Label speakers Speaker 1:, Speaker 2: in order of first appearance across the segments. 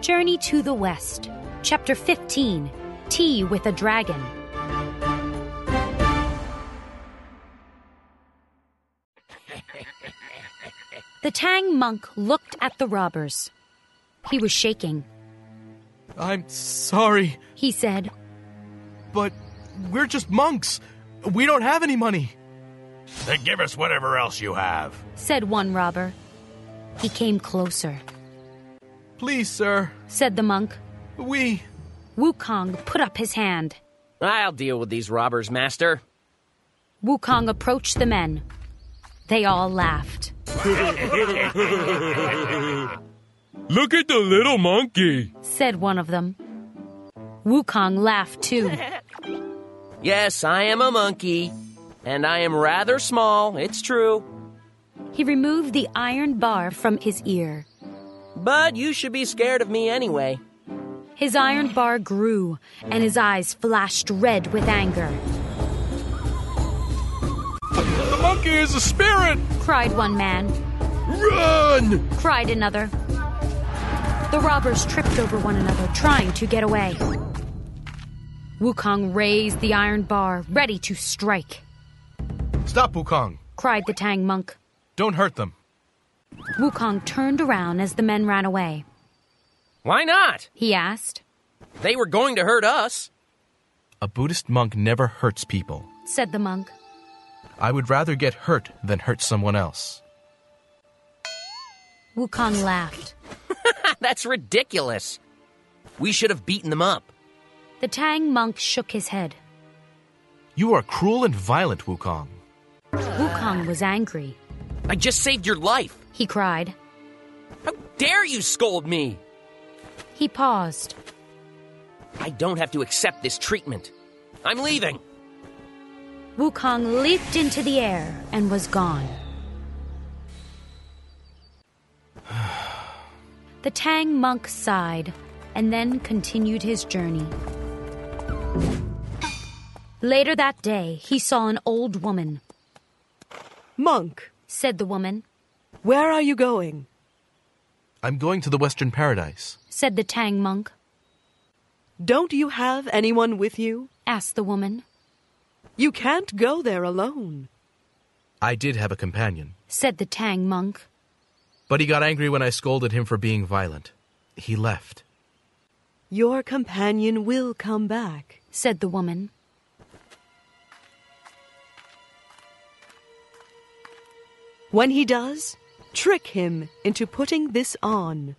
Speaker 1: Journey to the West, Chapter 15 Tea with a Dragon. The Tang monk looked at the robbers. He was shaking.
Speaker 2: I'm sorry,
Speaker 1: He said,
Speaker 2: but we're just monks. We don't have any money.
Speaker 3: Then give us whatever else you have.
Speaker 1: said one robber. He came closer,
Speaker 2: Please, sir.
Speaker 1: said the monk.
Speaker 2: We.
Speaker 1: Wukong put up his hand.
Speaker 4: I'll deal with these robbers, master.
Speaker 1: Wukong approached the men. They all laughed.
Speaker 5: Look at the little monkey.
Speaker 1: said one of them. Wukong laughed too.
Speaker 4: Yes, I am a monkey. And I am rather small, it's true.
Speaker 1: He removed the iron bar from his ear.
Speaker 4: But you should be scared of me anyway.
Speaker 1: His iron bar grew, and his eyes flashed red with anger,
Speaker 5: The monkey is a spirit.
Speaker 1: cried one man,
Speaker 5: Run!
Speaker 1: cried another. The robbers tripped over one another, trying to get away. Wukong raised the iron bar, ready to strike,
Speaker 2: Stop, Wukong.
Speaker 1: cried the Tang monk.
Speaker 2: Don't hurt them.
Speaker 1: Wukong turned around as the men ran away.
Speaker 4: Why not?
Speaker 1: He asked,
Speaker 4: They were going to hurt us.
Speaker 2: A Buddhist monk never hurts people.
Speaker 1: said the monk.
Speaker 2: I would rather get hurt than hurt someone else.
Speaker 1: Wukong laughed.
Speaker 4: That's ridiculous. We should have beaten them up.
Speaker 1: The Tang monk shook his head.
Speaker 2: You are cruel and violent, Wukong.
Speaker 1: Wukong was angry.
Speaker 4: I just saved your life.
Speaker 1: He cried.
Speaker 4: How dare you scold me?
Speaker 1: He paused.
Speaker 4: I don't have to accept this treatment. I'm leaving.
Speaker 1: Wukong leaped into the air and was gone. the Tang monk sighed and then continued his journey. Later that day, he saw an old woman.
Speaker 6: Monk,
Speaker 1: Said the woman,
Speaker 6: where are you going?
Speaker 2: I'm going to the Western Paradise.
Speaker 1: said the Tang monk,
Speaker 6: Don't you have anyone with you?
Speaker 1: asked the woman,
Speaker 6: You can't go there alone.
Speaker 2: I did have a companion,
Speaker 1: said the Tang monk,
Speaker 2: but he got angry when I scolded him for being violent. He left.
Speaker 6: Your companion will come back.
Speaker 1: said the woman.
Speaker 6: When he does, trick him into putting this on.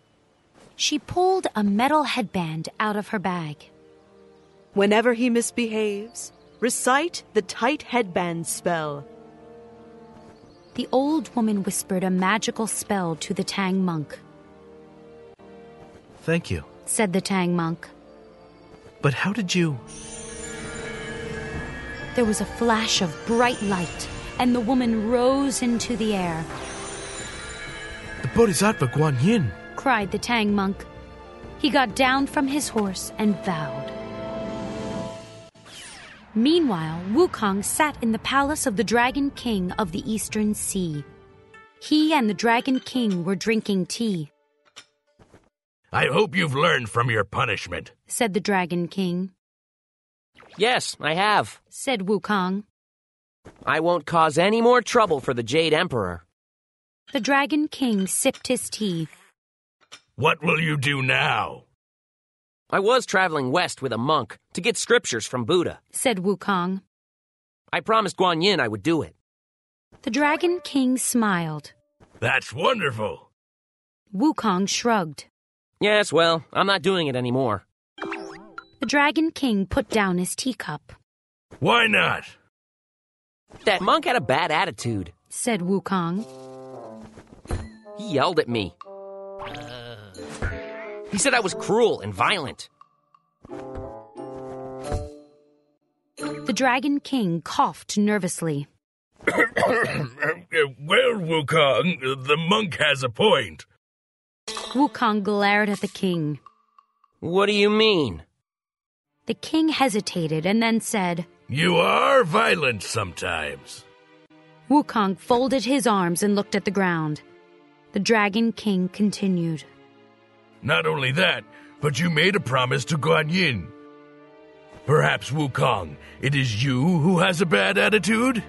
Speaker 1: She pulled a metal headband out of her bag.
Speaker 6: Whenever he misbehaves, recite the tight headband spell.
Speaker 1: The old woman whispered a magical spell to the Tang monk.
Speaker 2: Thank you.
Speaker 1: Said the Tang monk.
Speaker 2: But how did you.
Speaker 1: There was a flash of bright light, and the woman rose into the air,
Speaker 2: The Bodhisattva Guan Yin.
Speaker 1: cried the Tang monk. He got down from his horse and vowed. Meanwhile, Wukong sat in the palace of the Dragon King of the Eastern Sea. He and the Dragon King were drinking tea,
Speaker 3: I hope you've learned from your punishment.
Speaker 1: said the Dragon King,
Speaker 4: Yes, I have.
Speaker 1: said Wukong.
Speaker 4: I won't cause any more trouble for the Jade Emperor.
Speaker 1: The Dragon King sipped his tea.
Speaker 3: What will you do now?
Speaker 4: I was traveling west with a monk to get scriptures from Buddha.
Speaker 1: said Wukong.
Speaker 4: I promised Guan Yin I would do it.
Speaker 1: The Dragon King smiled.
Speaker 3: That's wonderful.
Speaker 1: Wukong shrugged.
Speaker 4: Yes, well, I'm not doing it anymore.
Speaker 1: The Dragon King put down his teacup,
Speaker 3: Why not?
Speaker 4: That monk had a bad attitude.
Speaker 1: said Wukong.
Speaker 4: He yelled at me. Uh. He said I was cruel and violent.
Speaker 1: The Dragon King coughed nervously.
Speaker 3: Uh, well, Wukong, the monk has a point.
Speaker 1: Wukong glared at the king.
Speaker 4: What do you mean?
Speaker 1: The king hesitated and then said,
Speaker 3: You are violent sometimes.
Speaker 1: Wukong folded his arms and looked at the ground. The Dragon King continued.
Speaker 2: Not only that, but you made a promise to Guan Yin. Perhaps Wukong, it is you who has a bad attitude?